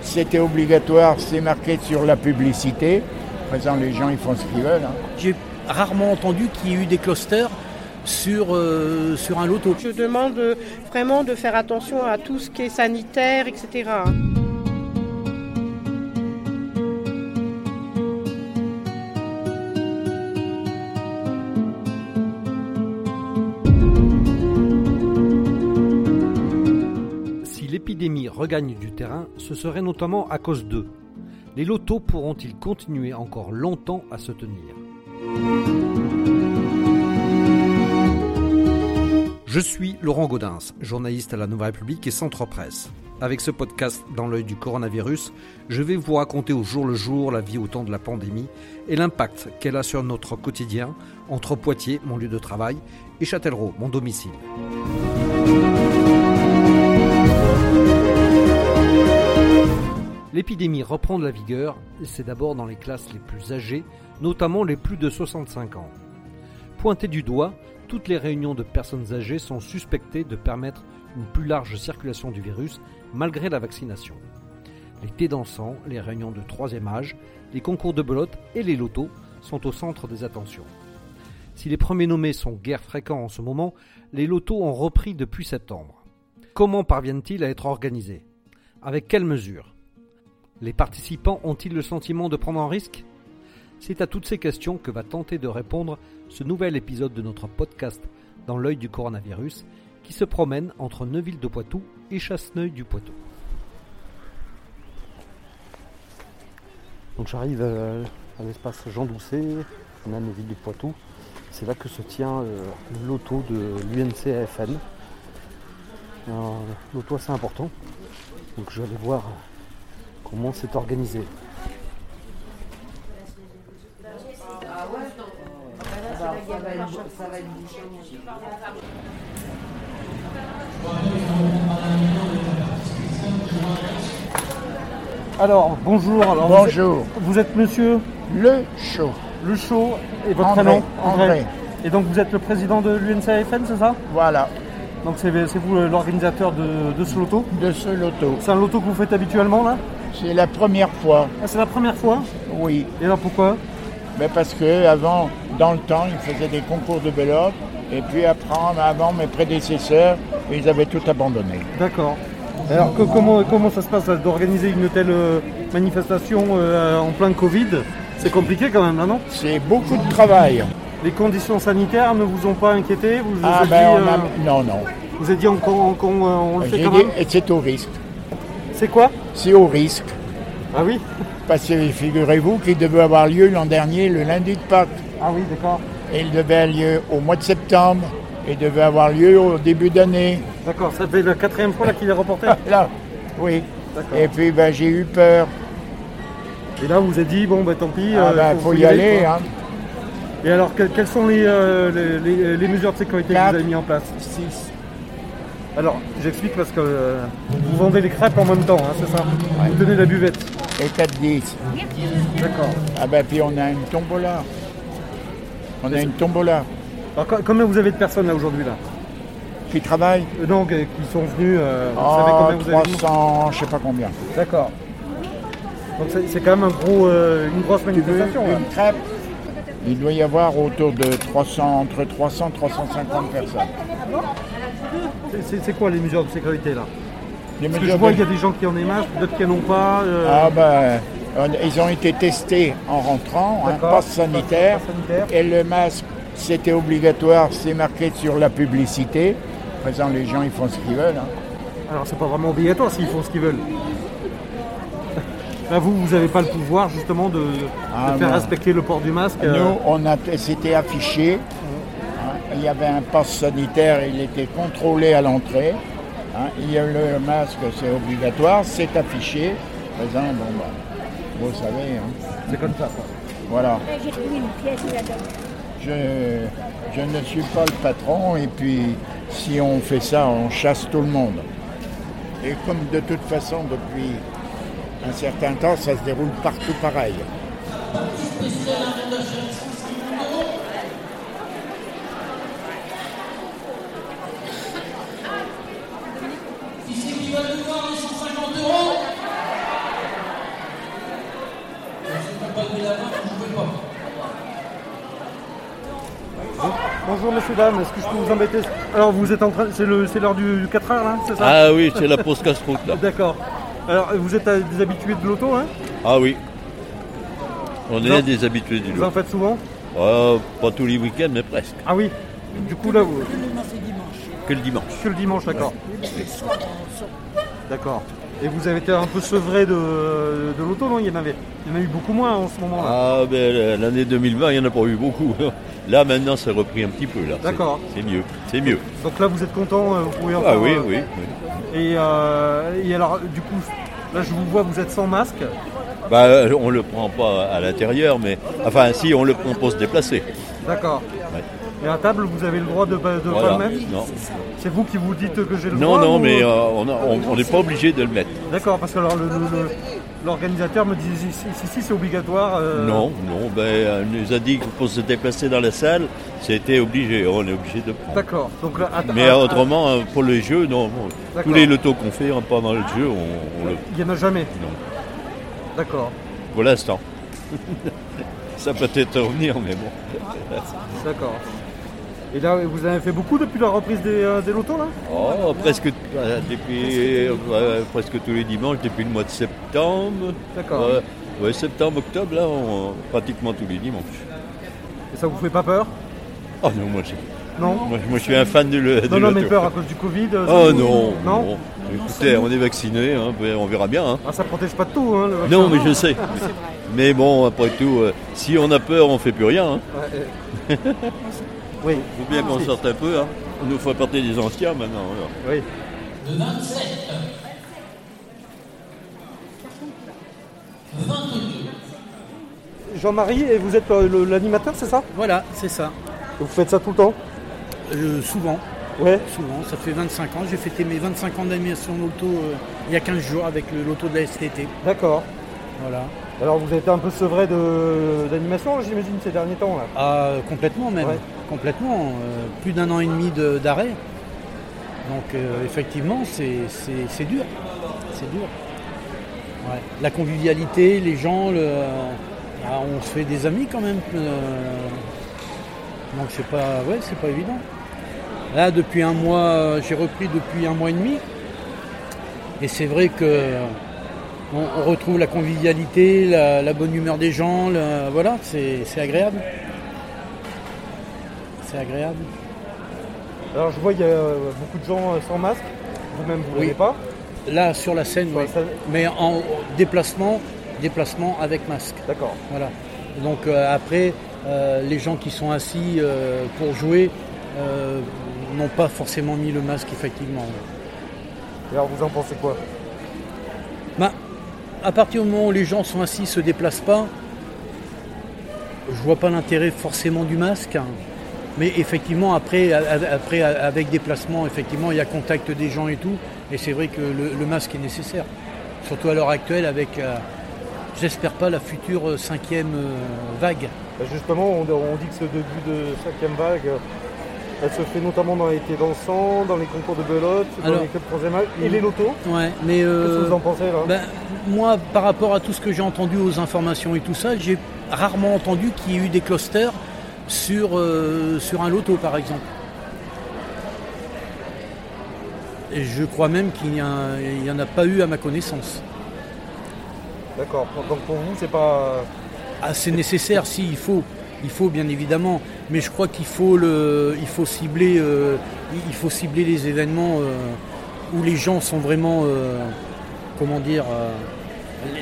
c'était obligatoire, c'est marqué sur la publicité. À présent, les gens, ils font ce qu'ils veulent. hein. J'ai rarement entendu qu'il y ait eu des clusters sur, euh, sur un loto. Je demande euh, vraiment de faire attention à tout ce qui est sanitaire, etc. Si l'épidémie regagne du terrain, ce serait notamment à cause d'eux. Les lotos pourront-ils continuer encore longtemps à se tenir Je suis Laurent Gaudens, journaliste à la Nouvelle République et Centre Presse. Avec ce podcast dans l'œil du coronavirus, je vais vous raconter au jour le jour la vie au temps de la pandémie et l'impact qu'elle a sur notre quotidien entre Poitiers, mon lieu de travail, et Châtellerault, mon domicile. L'épidémie reprend de la vigueur, et c'est d'abord dans les classes les plus âgées, notamment les plus de 65 ans. Pointées du doigt, toutes les réunions de personnes âgées sont suspectées de permettre une plus large circulation du virus malgré la vaccination. Les thés dansants, les réunions de troisième âge, les concours de belote et les lotos sont au centre des attentions. Si les premiers nommés sont guère fréquents en ce moment, les lotos ont repris depuis septembre. Comment parviennent-ils à être organisés Avec quelles mesures les participants ont-ils le sentiment de prendre un risque C'est à toutes ces questions que va tenter de répondre ce nouvel épisode de notre podcast Dans l'œil du coronavirus qui se promène entre Neuville-de-Poitou et Chasseneuil-du-Poitou. Donc j'arrive euh, à l'espace Jean Doucet, on a Neuville du Poitou. C'est là que se tient euh, le loto de l'UNCAFN. Un loto assez important. Donc je vais aller voir comment c'est organisé. Alors bonjour. Alors, vous êtes- Bonjour. Vous êtes monsieur Le show. Le Chaud et votre André, prénom André. Et donc vous êtes le président de l'UNCAFN, c'est ça Voilà, Donc c'est c'est vous euh, l'organisateur de, de ce loto de ce loto. C'est un loto que vous faites habituellement là C'est la première fois, Ah, C'est la première fois oui. Et alors pourquoi Mais parce que avant, dans le temps, ils faisaient des concours de belote. Et puis après, avant, mes prédécesseurs, ils avaient tout abandonné. D'accord. Alors que- comment, comment ça se passe là, d'organiser une telle euh, manifestation euh, en plein Covid C'est compliqué quand même là non C'est beaucoup de travail. Les conditions sanitaires ne vous ont pas inquiété Vous vous Ah êtes ben, dit, on a... euh, Non, non. vous avez dit on, on- on- on le fait J'ai quand dit, même et c'est au risque. C'est quoi C'est au risque. Ah oui Parce que figurez-vous qu'il devait avoir lieu l'an dernier, le lundi de Pâques. Ah oui d'accord. Et il devait avoir lieu au mois de septembre. Et devait avoir lieu au début d'année. D'accord, ça fait la quatrième fois là qu'il est reporté Là, oui. D'accord. Et puis ben, j'ai eu peur. Et là, on vous avez dit, bon, bah tant pis. ah euh, ben, faut y aller. quoi. Hein. Et alors, que- quelles sont les, euh, les- les- les mesures de sécurité que Quatre. vous avez mis en place Alors, j'explique parce que euh, vous vendez les crêpes en même temps, hein, c'est ça Vous donnez la buvette. Et 4, 10. D'accord. Ah ben, puis on a une tombola. On a une tombola Alors, co- combien vous avez de personnes là aujourd'hui là qui travaille. Euh, Non, qui qui sont venues. euh, vous savez Ah, combien vous avez venues 300, je sais pas combien. D'accord. Donc, c'est- c'est quand même un gros, euh, une grosse Tu veux manifestation. hein. là. une crêpe Il doit y avoir autour de 300, entre 300 et 350 personnes. C'est- C'est c'est quoi les mesures de sécurité là Les Parce que je mesures vois de- qu'il y a des gens qui en ont masque, d'autres qui n'en ont pas. euh, Ah ben, on- ils ont été testés en rentrant, un D'accord. passe sanitaire, Passe sanitaire. et le masque, c'était obligatoire, c'est marqué sur la publicité. À présent, les gens, ils font ce qu'ils veulent. hein. Alors c'est pas vraiment obligatoire s'ils font ce qu'ils veulent. Là, vous, vous n'avez pas le pouvoir justement de, de Ah, faire non. respecter le port du masque. euh, Nous, on a, c'était affiché. hein, il y avait un passe sanitaire, il était contrôlé à l'entrée. hein. il y a le masque, c'est obligatoire, c'est affiché. À présent, bon, ben, vous savez, hein, C'est comme ça. quoi. voilà. J'ai trouvé une pièce là-dedans. Je, je ne suis pas le patron et puis si on fait ça, on chasse tout le monde. Et comme de toute façon, depuis un certain temps, ça se déroule partout pareil. Bonjour messieurs dames, est-ce que je peux vous embêter Alors vous êtes en train, c'est le, c'est l'heure du 4 heures là, c'est ça Ah oui, c'est la pause casse-route là. D'accord. Alors vous êtes euh, des habitués de l'auto, hein Ah oui. On est Non. des habitués du Vous en lot. faites souvent Ah, pas tous les week-ends, mais presque. Ah oui. Du coup là, vous, Que le dimanche. que le dimanche, d'accord. D'accord. Et vous avez été un peu sevré de, de l'auto, non Il y en avait, il y en a eu beaucoup moins en ce moment. là Ah, ben l'année 2020, il n'y en a pas eu beaucoup. Là, maintenant, c'est repris un petit peu. là. C'est- D'accord. C'est mieux. C'est mieux. Donc là, vous êtes content, euh, vous pouvez Ah encore. oui, euh, oui. oui. Et, euh, et alors, du coup, là, je vous vois, vous êtes sans masque. Bah, euh, on le prend pas à l'intérieur, mais. Enfin, si, on le on peut se déplacer. D'accord. Ouais. Et à table, vous avez le droit de pas de pas Voilà. le mettre Non, C'est vous qui vous dites que j'ai le droit non, non ou- mais euh, on a- on on n'est pas obligé de le mettre. D'accord, parce que alors le- le- le- l'organisateur me disait si, si, si, c'est obligatoire. euh, Non, non, ben, on nous a dit que pour se déplacer dans la salle, c'était obligé, on est obligé de prendre. D'accord. Donc là, à- Mais à- autrement, euh, pour les jeux, non. non. D'accord. Tous les lotos qu'on fait hein, pendant le jeu, on, on le à- Il n'y en a jamais. Non. D'accord. pour l'instant. hein. Ça peut être revenir, mais bon. D'accord. Et là, vous avez fait beaucoup depuis la reprise des, euh, des lotos là Oh, presque, euh, depuis, euh, presque tous les dimanches, depuis le mois de septembre. D'accord. Euh, ouais, septembre, octobre, là, on- pratiquement tous les dimanches. Et ça vous fait pas peur Oh non, moi, je, Non moi, je- moi, je suis un fan du, le- du Non, non, mais loto. peur à cause du Covid. euh, ça Oh vous- non, Non non. Écoutez, on est vacciné, hein, ben, on verra bien. hein. Ah, ça protège pas de tout, hein, le vaccin. Non, mais je sais. Mais bon, après tout, euh, si on a peur, on fait plus rien. Il Ouais, euh. oui, Ah, faut bien qu'on sorte un peu. hein. On nous fait partie des anciens maintenant. alors. oui. Jean-Marie, et vous êtes euh, le- l'animateur, c'est ça Voilà, c'est ça. Vous faites ça tout le temps Euh, souvent, Ouais. souvent. Ça fait 25 ans. J'ai fêté mes 25 ans d'animation auto il y a 15 jours avec le loto de la STT. D'accord. Voilà. Alors vous avez été un peu sevré de- d'animation, j'imagine, ces derniers temps là. Ah, euh, complètement même. Ouais. Complètement. Euh, plus d'un an et demi de- d'arrêt. Donc euh, effectivement, c'est c'est- c'est dur. C'est dur. Ouais. La convivialité, les gens, le- ah, on se fait des amis quand même. euh, Donc c'est pas, ouais, c'est pas évident. Là, depuis un mois, euh, j'ai repris depuis un mois et demi. Et c'est vrai que euh, on, on retrouve la convivialité, la, la bonne humeur des gens. la- voilà, c'est c'est agréable. C'est agréable. Alors je vois il y a euh, beaucoup de gens euh, sans masque, vous-même vous Oui. l'avez pas. Là, sur la scène, Sur la oui. scène. Mais en déplacement, déplacement avec masque. D'accord. Voilà. Donc euh, après, euh, les gens qui sont assis euh, pour jouer euh, n'ont pas forcément mis le masque, effectivement. Et Alors vous en pensez quoi Bah, à partir du moment où les gens sont assis, se déplacent pas, je vois pas l'intérêt forcément du masque. hein. Mais effectivement, après, a- a- après, a- avec déplacement, effectivement, il y a contact des gens et tout. Et c'est vrai que le, le masque est nécessaire. Surtout à l'heure actuelle avec, euh, j'espère pas, la future euh, cinquième euh, vague. Bah, Justement, on, on dit que ce début de cinquième vague, euh, elle se fait notamment dans les quais dansants, dans les concours de belote, dans Alors. les clubs troisième âge et les lotos. Ouais, mais... Qu'est-ce euh, que vous en pensez là Ben, moi, par rapport à tout ce que j'ai entendu aux informations et tout ça, j'ai rarement entendu qu'il y ait eu des clusters sur, euh, sur un loto, par exemple. Et je crois même qu'il n'y a- il y en a pas eu à ma connaissance. D'accord. Donc pour vous, c'est pas. Ah, c'est nécessaire, si, il faut. Il faut, bien évidemment. Mais je crois qu'il faut, le, il faut, cibler, euh, il faut cibler les événements euh, où les gens sont vraiment. euh, comment dire euh,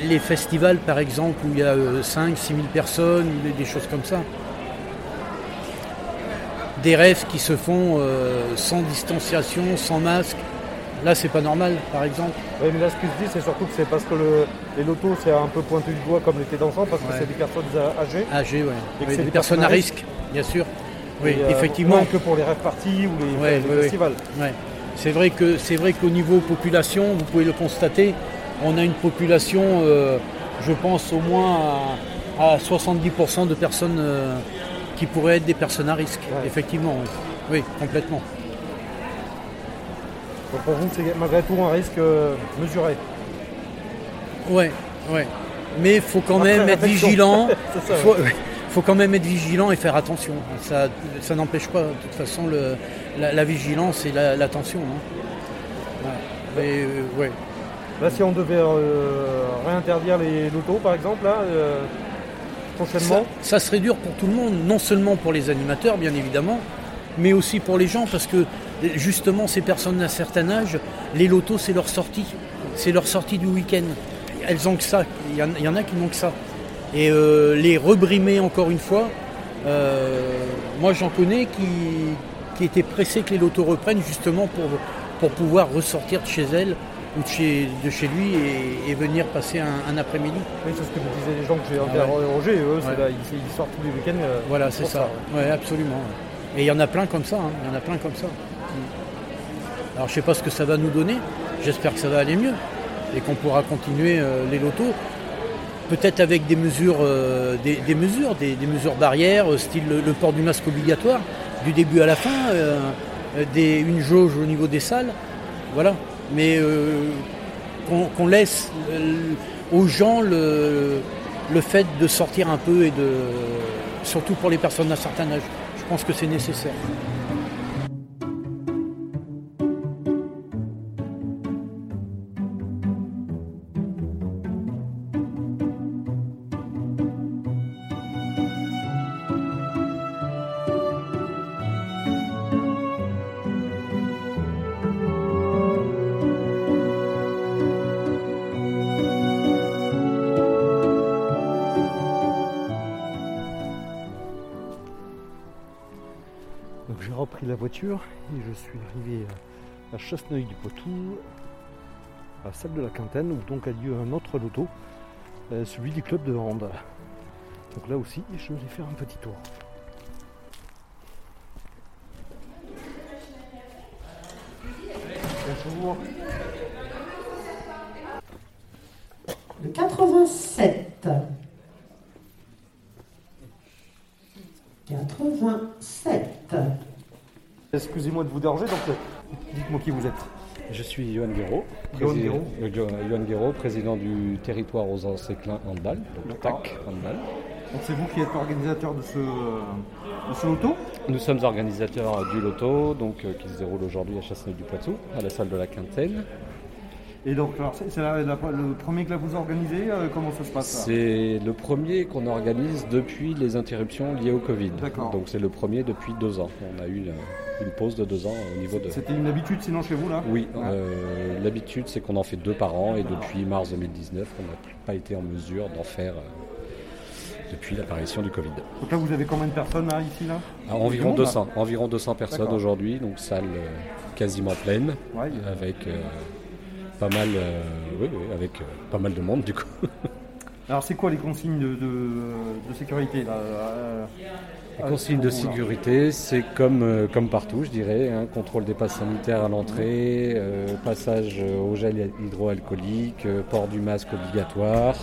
Les festivals, par exemple, où il y a euh, 5, 6 000 personnes, des, des choses comme ça. Des rêves qui se font euh, sans distanciation, sans masque. Là, c'est pas normal, par exemple. Oui, mais là, ce que je dis, c'est surtout que c'est parce que le- les lotos, c'est un peu pointé du doigt comme les quais dansants, parce que Ouais. c'est des personnes a- âgées. Âgés, Ah, ouais. Et Oui, que c'est des des personnes à personnes à risque. risque, bien sûr. Oui, Et, euh, effectivement. moins que pour les rêves parties ou les, Ouais, les ouais, ouais. festivals. Ouais. C'est vrai que c'est vrai qu'au niveau population, vous pouvez le constater, on a une population, euh, je pense au moins à, à 70% de personnes euh, qui pourraient être des personnes à risque. Ouais. Effectivement, oui. Oui, complètement. Donc pour vous, c'est malgré tout un risque euh, mesuré. Ouais, ouais. mais il faut quand Après, même être réflexion. vigilant. C'est ça, ouais. faut, faut quand même être vigilant et faire attention. Ça, ça n'empêche pas, de toute façon, le- la, la vigilance et la- l'attention. hein. Ouais. Mais, euh, ouais. Là, si on devait euh, réinterdire les lotos, par exemple, là, euh, Ça, prochainement, ça serait dur pour tout le monde, non seulement pour les animateurs, bien évidemment, mais aussi pour les gens, parce que justement, ces personnes d'un certain âge, les lotos, c'est leur sortie. C'est leur sortie du week-end. Elles ont que ça. Il y en, il y en a qui n'ont que ça. Et euh, les rebrimer encore une fois, euh, moi j'en connais qui, qui étaient pressés que les lotos reprennent justement pour, pour pouvoir ressortir de chez elles ou de chez, de chez lui et, et venir passer un- un après-midi. oui, c'est ce que me disaient les gens que j'ai Ah ouais. interrogés, eux, c'est Ouais. là, ils, ils sortent tous les week-ends. euh, Voilà, pour c'est ça. Ouais, absolument. ouais. Et il y en a plein comme ça. hein. Il y en a plein comme ça. Mm. Alors, je sais pas ce que ça va nous donner. J'espère que ça va aller mieux et qu'on pourra continuer euh, les lotos. Peut-être avec des mesures, euh, des, des mesures, des, des mesures barrières, euh, style le, le port du masque obligatoire du début à la fin, euh, euh, des- une jauge au niveau des salles, voilà. Mais euh, qu'on qu'on laisse euh, aux gens le, le fait de sortir un peu et de. surtout pour les personnes d'un certain âge. Je pense que c'est nécessaire. Donc j'ai repris la voiture et je suis arrivé euh, à Chasseneuil du Poitou, à la salle de la Quintaine, où donc a lieu un autre loto, euh, celui du club de Hand. Donc là aussi, je vais faire un petit tour. Bonjour. 87. 87. Excusez-moi de vous déranger, donc euh, dites-moi qui vous êtes. Je suis Johan Guéraud, Johan président- Guéraud. euh, Jo- Johan Guéraud, président du territoire aux Enséclins Handball, donc D'accord. TAC Handball. Donc c'est vous qui êtes organisateur de ce, euh, de ce loto Nous sommes organisateurs euh, du loto donc, euh, qui se déroule aujourd'hui à Chasseneuil-du-Poitou, à la salle de la Quintaine. Et donc, alors, c'est c'est la- la- le premier que là, vous organisez euh, Comment ça se passe là C'est le premier qu'on organise depuis les interruptions liées au Covid. D'accord. Donc c'est le premier depuis deux ans. On a eu une, une pause de deux ans euh, au niveau de... C'était une habitude sinon chez vous là Oui, Ouais. euh, l'habitude c'est qu'on en fait deux par an et depuis mars 2019 on n'a pas été en mesure d'en faire euh, depuis l'apparition du Covid. Donc là, vous avez combien de personnes là, ici là À Ah, environ monde, là 200, environ 200 personnes D'accord. aujourd'hui, donc salle euh, quasiment pleine, Ouais. avec euh, pas mal, euh, oui, oui, avec euh, pas mal de monde du coup. Alors, c'est quoi les consignes de, de, de sécurité là euh, Les Ah, euh, consignes pour de vous, là sécurité, c'est comme, euh, comme partout, je dirais, hein, contrôle des passes sanitaires à l'entrée, euh, passage euh, au gel hydroalcoolique, euh, port du masque obligatoire,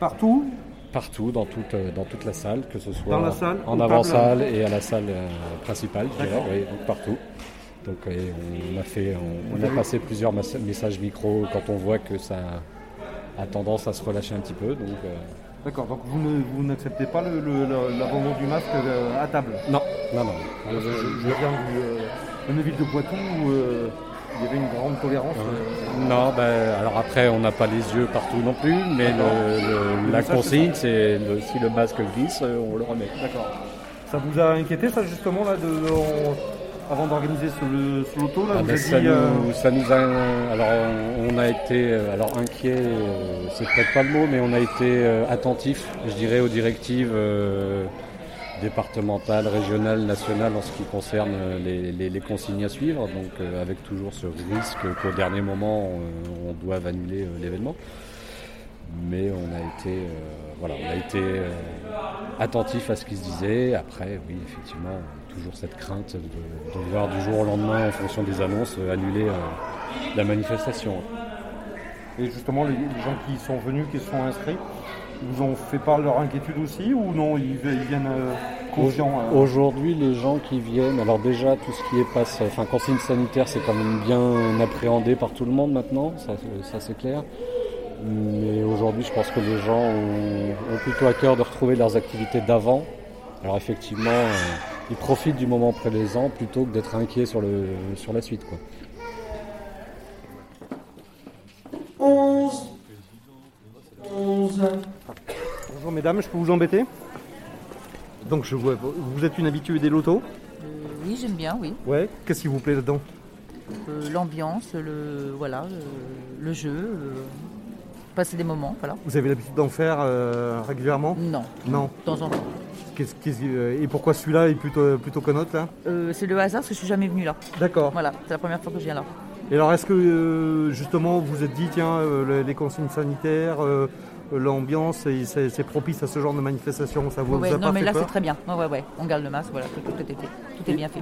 Partout partout dans toute, euh, dans toute la salle, que ce soit Dans la salle ou en pas avant-salle et à la salle euh, principale, je dirais, D'accord. oui, donc partout. Donc et on a fait, on, on a passé plusieurs mas- messages micro quand on voit que ça a tendance à se relâcher un petit peu. Donc euh, D'accord, donc vous ne- vous n'acceptez pas le- le- le- l'abandon du masque euh, à table non, non, non. Parce que Je je viens du euh, Neuville de Poitou où euh, il y avait une grande tolérance. Ah euh, Non, ben, alors après on n'a pas les yeux partout non plus, mais le- le- Le la message, c'est consigne c'est le- si le masque glisse, euh, on le remet. D'accord. Ça vous a inquiété ça justement là de, on- avant d'organiser ce, le- ce loto là Ah vous ben, avez ça, dit, nous, euh, ça nous a. Alors, on, on a été. euh, Alors, inquiet, euh, c'est peut-être pas le mot, mais on a été euh, attentif, je dirais, aux directives euh, départementales, régionales, nationales en ce qui concerne euh, les, les- les consignes à suivre. Donc, euh, avec toujours ce risque qu'au dernier moment, on, on doive annuler euh, l'événement. Mais on a été. euh, voilà, on a été. euh, attentif à ce qui se disait. Après, oui, effectivement, toujours cette crainte de, de voir du jour au lendemain, en fonction des annonces, euh, annuler euh, la manifestation. Et justement, les, les gens qui sont venus, qui se sont inscrits, vous ont fait part de leur inquiétude aussi ou non Ils, ils viennent euh, confiants euh, Aujourd'hui, les gens qui viennent, alors déjà, tout ce qui est passe, euh, enfin, consigne sanitaire, euh, c'est quand même bien appréhendé par tout le monde maintenant, ça, ça, c'est clair. Mais aujourd'hui, je pense que les gens ont, ont plutôt à cœur de retrouver leurs activités d'avant. Alors effectivement, euh, ils profitent du moment présent plutôt que d'être inquiets sur, le, sur la suite. Quoi. 11, 11, Bonjour mesdames, je peux vous embêter Donc je vois, vous êtes une habituée des lotos Euh, oui, j'aime bien, oui. Ouais. Qu'est-ce qui vous plaît dedans Euh, L'ambiance, le voilà, euh, le jeu, euh, passer des moments, voilà. Vous avez l'habitude d'en faire euh, régulièrement Non, Non. de temps en temps. Qu'est-ce- qu'est-ce- euh, et pourquoi celui-là est plutôt, plutôt qu'un autre là Euh, c'est le hasard parce que je suis jamais venue là. D'accord. Voilà, c'est la première fois que je viens là. Et alors est-ce que euh, justement vous vous êtes dit tiens euh, le- les consignes sanitaires, euh, l'ambiance, et c'est c'est propice à ce genre de manifestation, ça vous, Ouais, vous a non, pas mais fait là c'est peur très bien. Ouais, ouais, ouais. On garde le masque, voilà, tout, tout est fait. Tout est bien fait.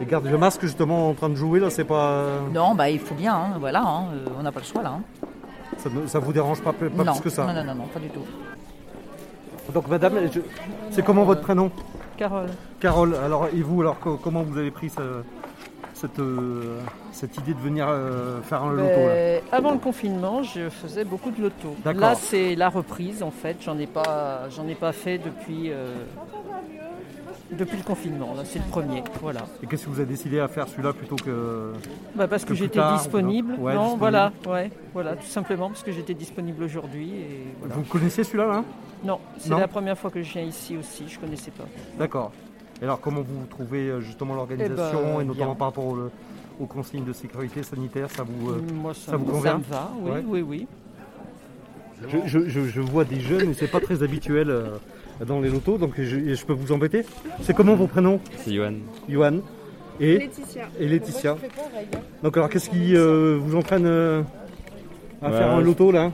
Et garde le masque justement en train de jouer là, c'est pas euh Non, bah il faut bien, hein, voilà, hein, euh, on n'a pas le choix là. hein. ça, ne- ça vous dérange pas, pas non. plus que ça. non, non, non, non, pas du tout. Donc madame, euh, je- c'est comment votre prénom Carole. Carole, alors et vous alors co- comment vous avez pris ce- cette, euh, cette idée de venir euh, faire un loto là Ben, avant le confinement, je faisais beaucoup de loto. D'accord. Là, c'est la reprise en fait. J'en ai pas, j'en ai pas fait depuis euh, depuis le confinement. Là, c'est le premier. Voilà. Et qu'est-ce que vous avez décidé à faire celui-là plutôt que Bah, parce que, Plus j'étais tard, ou disponible. non Ouais, non, disponible. voilà, ouais, voilà, tout simplement parce que j'étais disponible aujourd'hui. Et voilà. vous connaissiez celui-là hein là Non, c'est Non. la première fois que je viens ici aussi. Je connaissais pas. D'accord. Et alors, comment vous trouvez euh, justement l'organisation Eh ben, et notamment bien. par rapport au- aux consignes de sécurité sanitaire Ça vous. euh, Moi, ça, ça vous convient me va. Oui, Ouais. oui, oui. je, je- je- je vois des jeunes et c'est pas très habituel euh, dans les lotos, donc je, et je peux vous embêter. C'est comment vos prénoms C'est Johan. Johan et, Laetitia. et Laetitia. hein. Donc, alors, qu'est-ce qui euh, vous entraîne euh, à Ouais. faire un loto là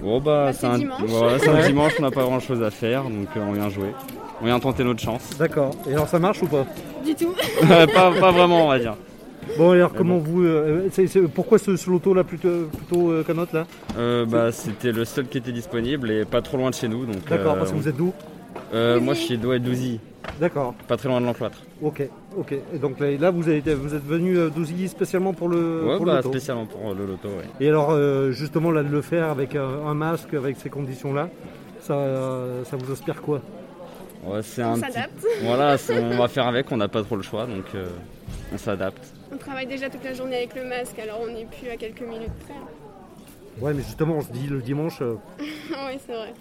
Bon bah, Bah, c'est c'est un dimanche. voilà, c'est un Ouais. dimanche, on n'a pas grand chose à faire, donc euh, on vient jouer. On vient tenter notre chance. D'accord. Et alors, ça marche ou pas Du tout. pas, pas vraiment, on va dire. Bon, et alors, Mais comment vous. euh, c'est- c'est- pourquoi ce, ce loto là plutôt, plutôt euh, qu'un autre là Euh, bah, c'était le seul qui était disponible et pas trop loin de chez nous. donc. D'accord, euh, parce que vous êtes d'où euh, Moi, je suis Douai-Douzi, D'accord. pas très loin de l'encloître. Ok, ok. Et donc là, là, vous, avez, vous êtes venu euh, d'Ousilly spécialement pour le, Ouais, pour bah, le loto. spécialement pour le loto, ouais. Et alors, euh, justement, là, de le faire avec euh, un masque, avec ces conditions-là, ça, euh, ça vous inspire quoi Ouais, c'est un on petit... s'adapte. Voilà, c'est- on va faire avec, on n'a pas trop le choix, donc euh, on s'adapte. On travaille déjà toute la journée avec le masque, alors on n'est plus à quelques minutes près. Ouais, mais justement, on se dit le dimanche, euh, oui, c'est vrai.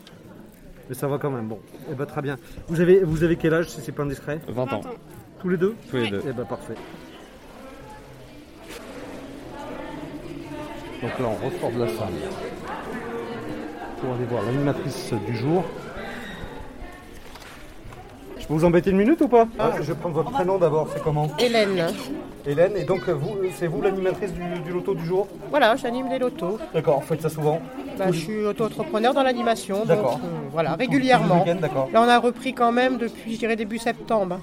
mais ça va quand même. Bon, eh ben, très bien. Vous avez, vous avez quel âge, si c'est pas indiscret 20 ans, Vingt ans. Tous les deux tous les deux. Eh ben, parfait. Donc là, on ressort de la salle pour aller voir l'animatrice du jour. Je peux vous embêter une minute ou pas Ah, Je prends votre prénom d'abord, c'est comment Hélène. Hélène, et donc euh, vous, euh, c'est vous l'animatrice du, du loto du jour Voilà, j'anime les lotos. D'accord, faites ça souvent Bah, je suis auto-entrepreneur dans l'animation, donc D'accord. euh, voilà, Tous- tous les régulièrement. week-ends, D'accord. Là, on a repris quand même depuis, je dirais, début septembre.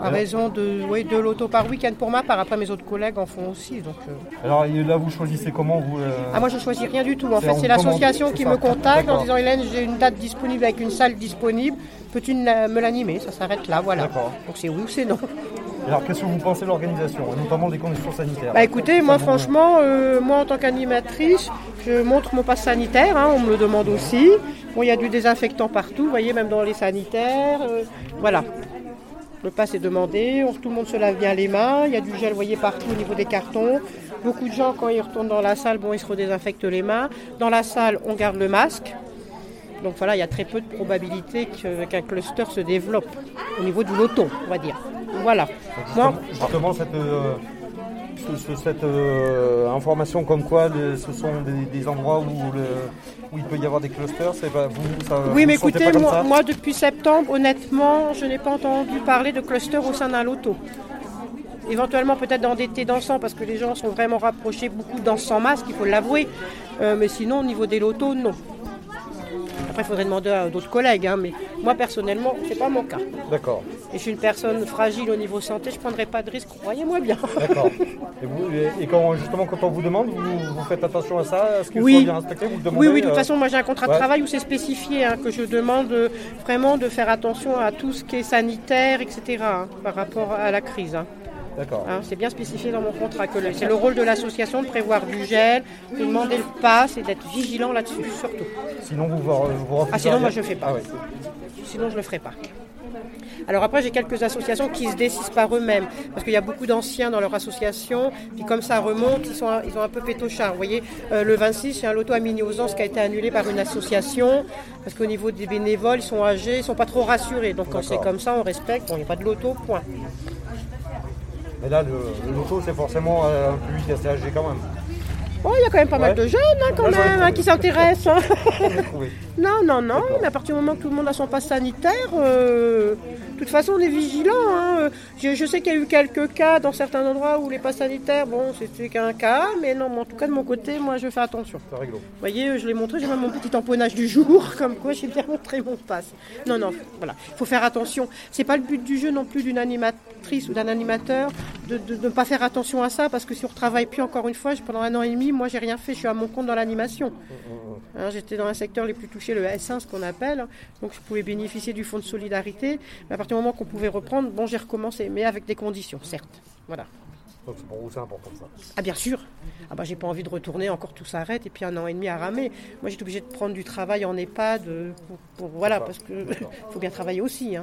À Alors raison de ouais, de lotos par week-end pour ma part. Après, mes autres collègues en font aussi. Donc, euh. Alors et là, vous choisissez comment vous euh, Ah, moi, je choisis rien du tout. En C'est fait, en c'est l'association commande, qui c'est me ça. contacte en D'accord. disant Hélène, j'ai une date disponible avec une salle disponible. Peux-tu la- me l'animer Ça s'arrête là, voilà. D'accord. Donc, c'est oui ou c'est non. Alors qu'est-ce que vous pensez de l'organisation, et notamment des conditions sanitaires Bah écoutez, moi franchement, euh, moi en tant qu'animatrice, je montre mon passe sanitaire, hein, on me le demande aussi. Bon, il y a du désinfectant partout, vous voyez, même dans les sanitaires. euh, voilà. Le passe est demandé, on- tout le monde se lave bien les mains, il y a du gel, vous voyez, partout au niveau des cartons. Beaucoup de gens, quand ils retournent dans la salle, bon, ils se redésinfectent les mains. Dans la salle, on garde le masque. Donc voilà, il y a très peu de probabilité que- qu'un cluster se développe au niveau du loto, on va dire. Voilà. Moi, Justement- Justement, cette, euh, ce- ce- cette euh, information comme quoi le- ce sont des, des endroits où, le- où il peut y avoir des clusters, c'est pas vous ça, Euh, vous Oui, mais le sentez écoutez, pas comme moi, ça moi, depuis septembre, honnêtement, je n'ai pas entendu parler de cluster au sein d'un loto. Éventuellement, peut-être dans des thés dansants, parce que les gens sont vraiment rapprochés, beaucoup de danse sans masque, il faut l'avouer. Euh, mais sinon, au niveau des lotos, non. Après, il faudrait demander à d'autres collègues, hein, mais moi, personnellement, c'est pas mon cas. D'accord, Et je suis une personne fragile au niveau santé, je ne prendrai pas de risque, croyez-moi bien. d'accord. et vous- et, et quand, justement, quand on vous demande, vous, vous faites attention à ça, à ce qu'il Oui. soit bien respecté, vous le demandez Oui, oui, de toute euh, façon, moi j'ai un contrat de ouais. travail où c'est spécifié, hein, que je demande euh, vraiment de faire attention à tout ce qui est sanitaire, etc., hein, par rapport à la crise. hein. D'accord. Hein, c'est bien spécifié dans mon contrat que le- c'est le rôle de l'association de prévoir du gel, de demander le pass et d'être vigilant là-dessus, surtout. Sinon, vous vous, vous refusez Ah, sinon, moi, rien. je fais pas. Ah ouais. Sinon, je le ferai pas. Alors après, j'ai quelques associations qui se décident par eux-mêmes, parce qu'il y a beaucoup d'anciens dans leur association, puis comme ça remonte, ils, sont un- ils ont un peu pétochards. Vous voyez, euh, le 26, j'ai un loto à Mignosances qui a été annulé par une association, parce qu'au niveau des bénévoles, ils sont âgés, ils sont pas trop rassurés. Donc quand c'est D'accord. comme ça, on respecte, bon, il n'y a pas de loto, point. Mais là, le, le loto, c'est forcément euh, un public assez âgé quand même. Bon, il y a quand même pas mal de jeunes, hein, quand Ouais, j'en ai même, hein, qui s'intéressent. hein. Trouvé. Non, non, non, mais à partir du moment que tout le monde a son passe sanitaire, euh, de toute façon, on est vigilant. hein. Euh, Je, je sais qu'il y a eu quelques cas dans certains endroits où les passes sanitaires, bon, c'était qu'un cas, mais non, mais en tout cas, de mon côté, moi, je fais attention. C'est rigolo. Vous voyez, euh, je l'ai montré, j'ai même mon petit tamponnage du jour, comme quoi j'ai bien montré mon passe. Non, non, voilà, il faut faire attention. C'est pas le but du jeu non plus d'une animatrice ou d'un animateur de de- de ne pas faire attention à ça, parce que si on ne travaille plus, encore une fois, je- pendant un an et demi, moi, j'ai rien fait, je suis à mon compte dans l'animation. Hein, J'étais dans un secteur les plus touchés, le S1, ce qu'on appelle. hein. Donc je pouvais bénéficier du fonds de solidarité. Mais à partir du moment qu'on pouvait reprendre, bon, j'ai recommencé, mais avec des conditions, certes. Voilà. Donc, c'est pour vous, c'est important ça. Ah bien sûr. Ah bah j'ai pas envie de retourner, encore tout s'arrête et puis un an et demi à ramer. Moi j'étais obligée de prendre du travail en EHPAD euh, pour, pour- voilà parce que faut bien travailler aussi. hein.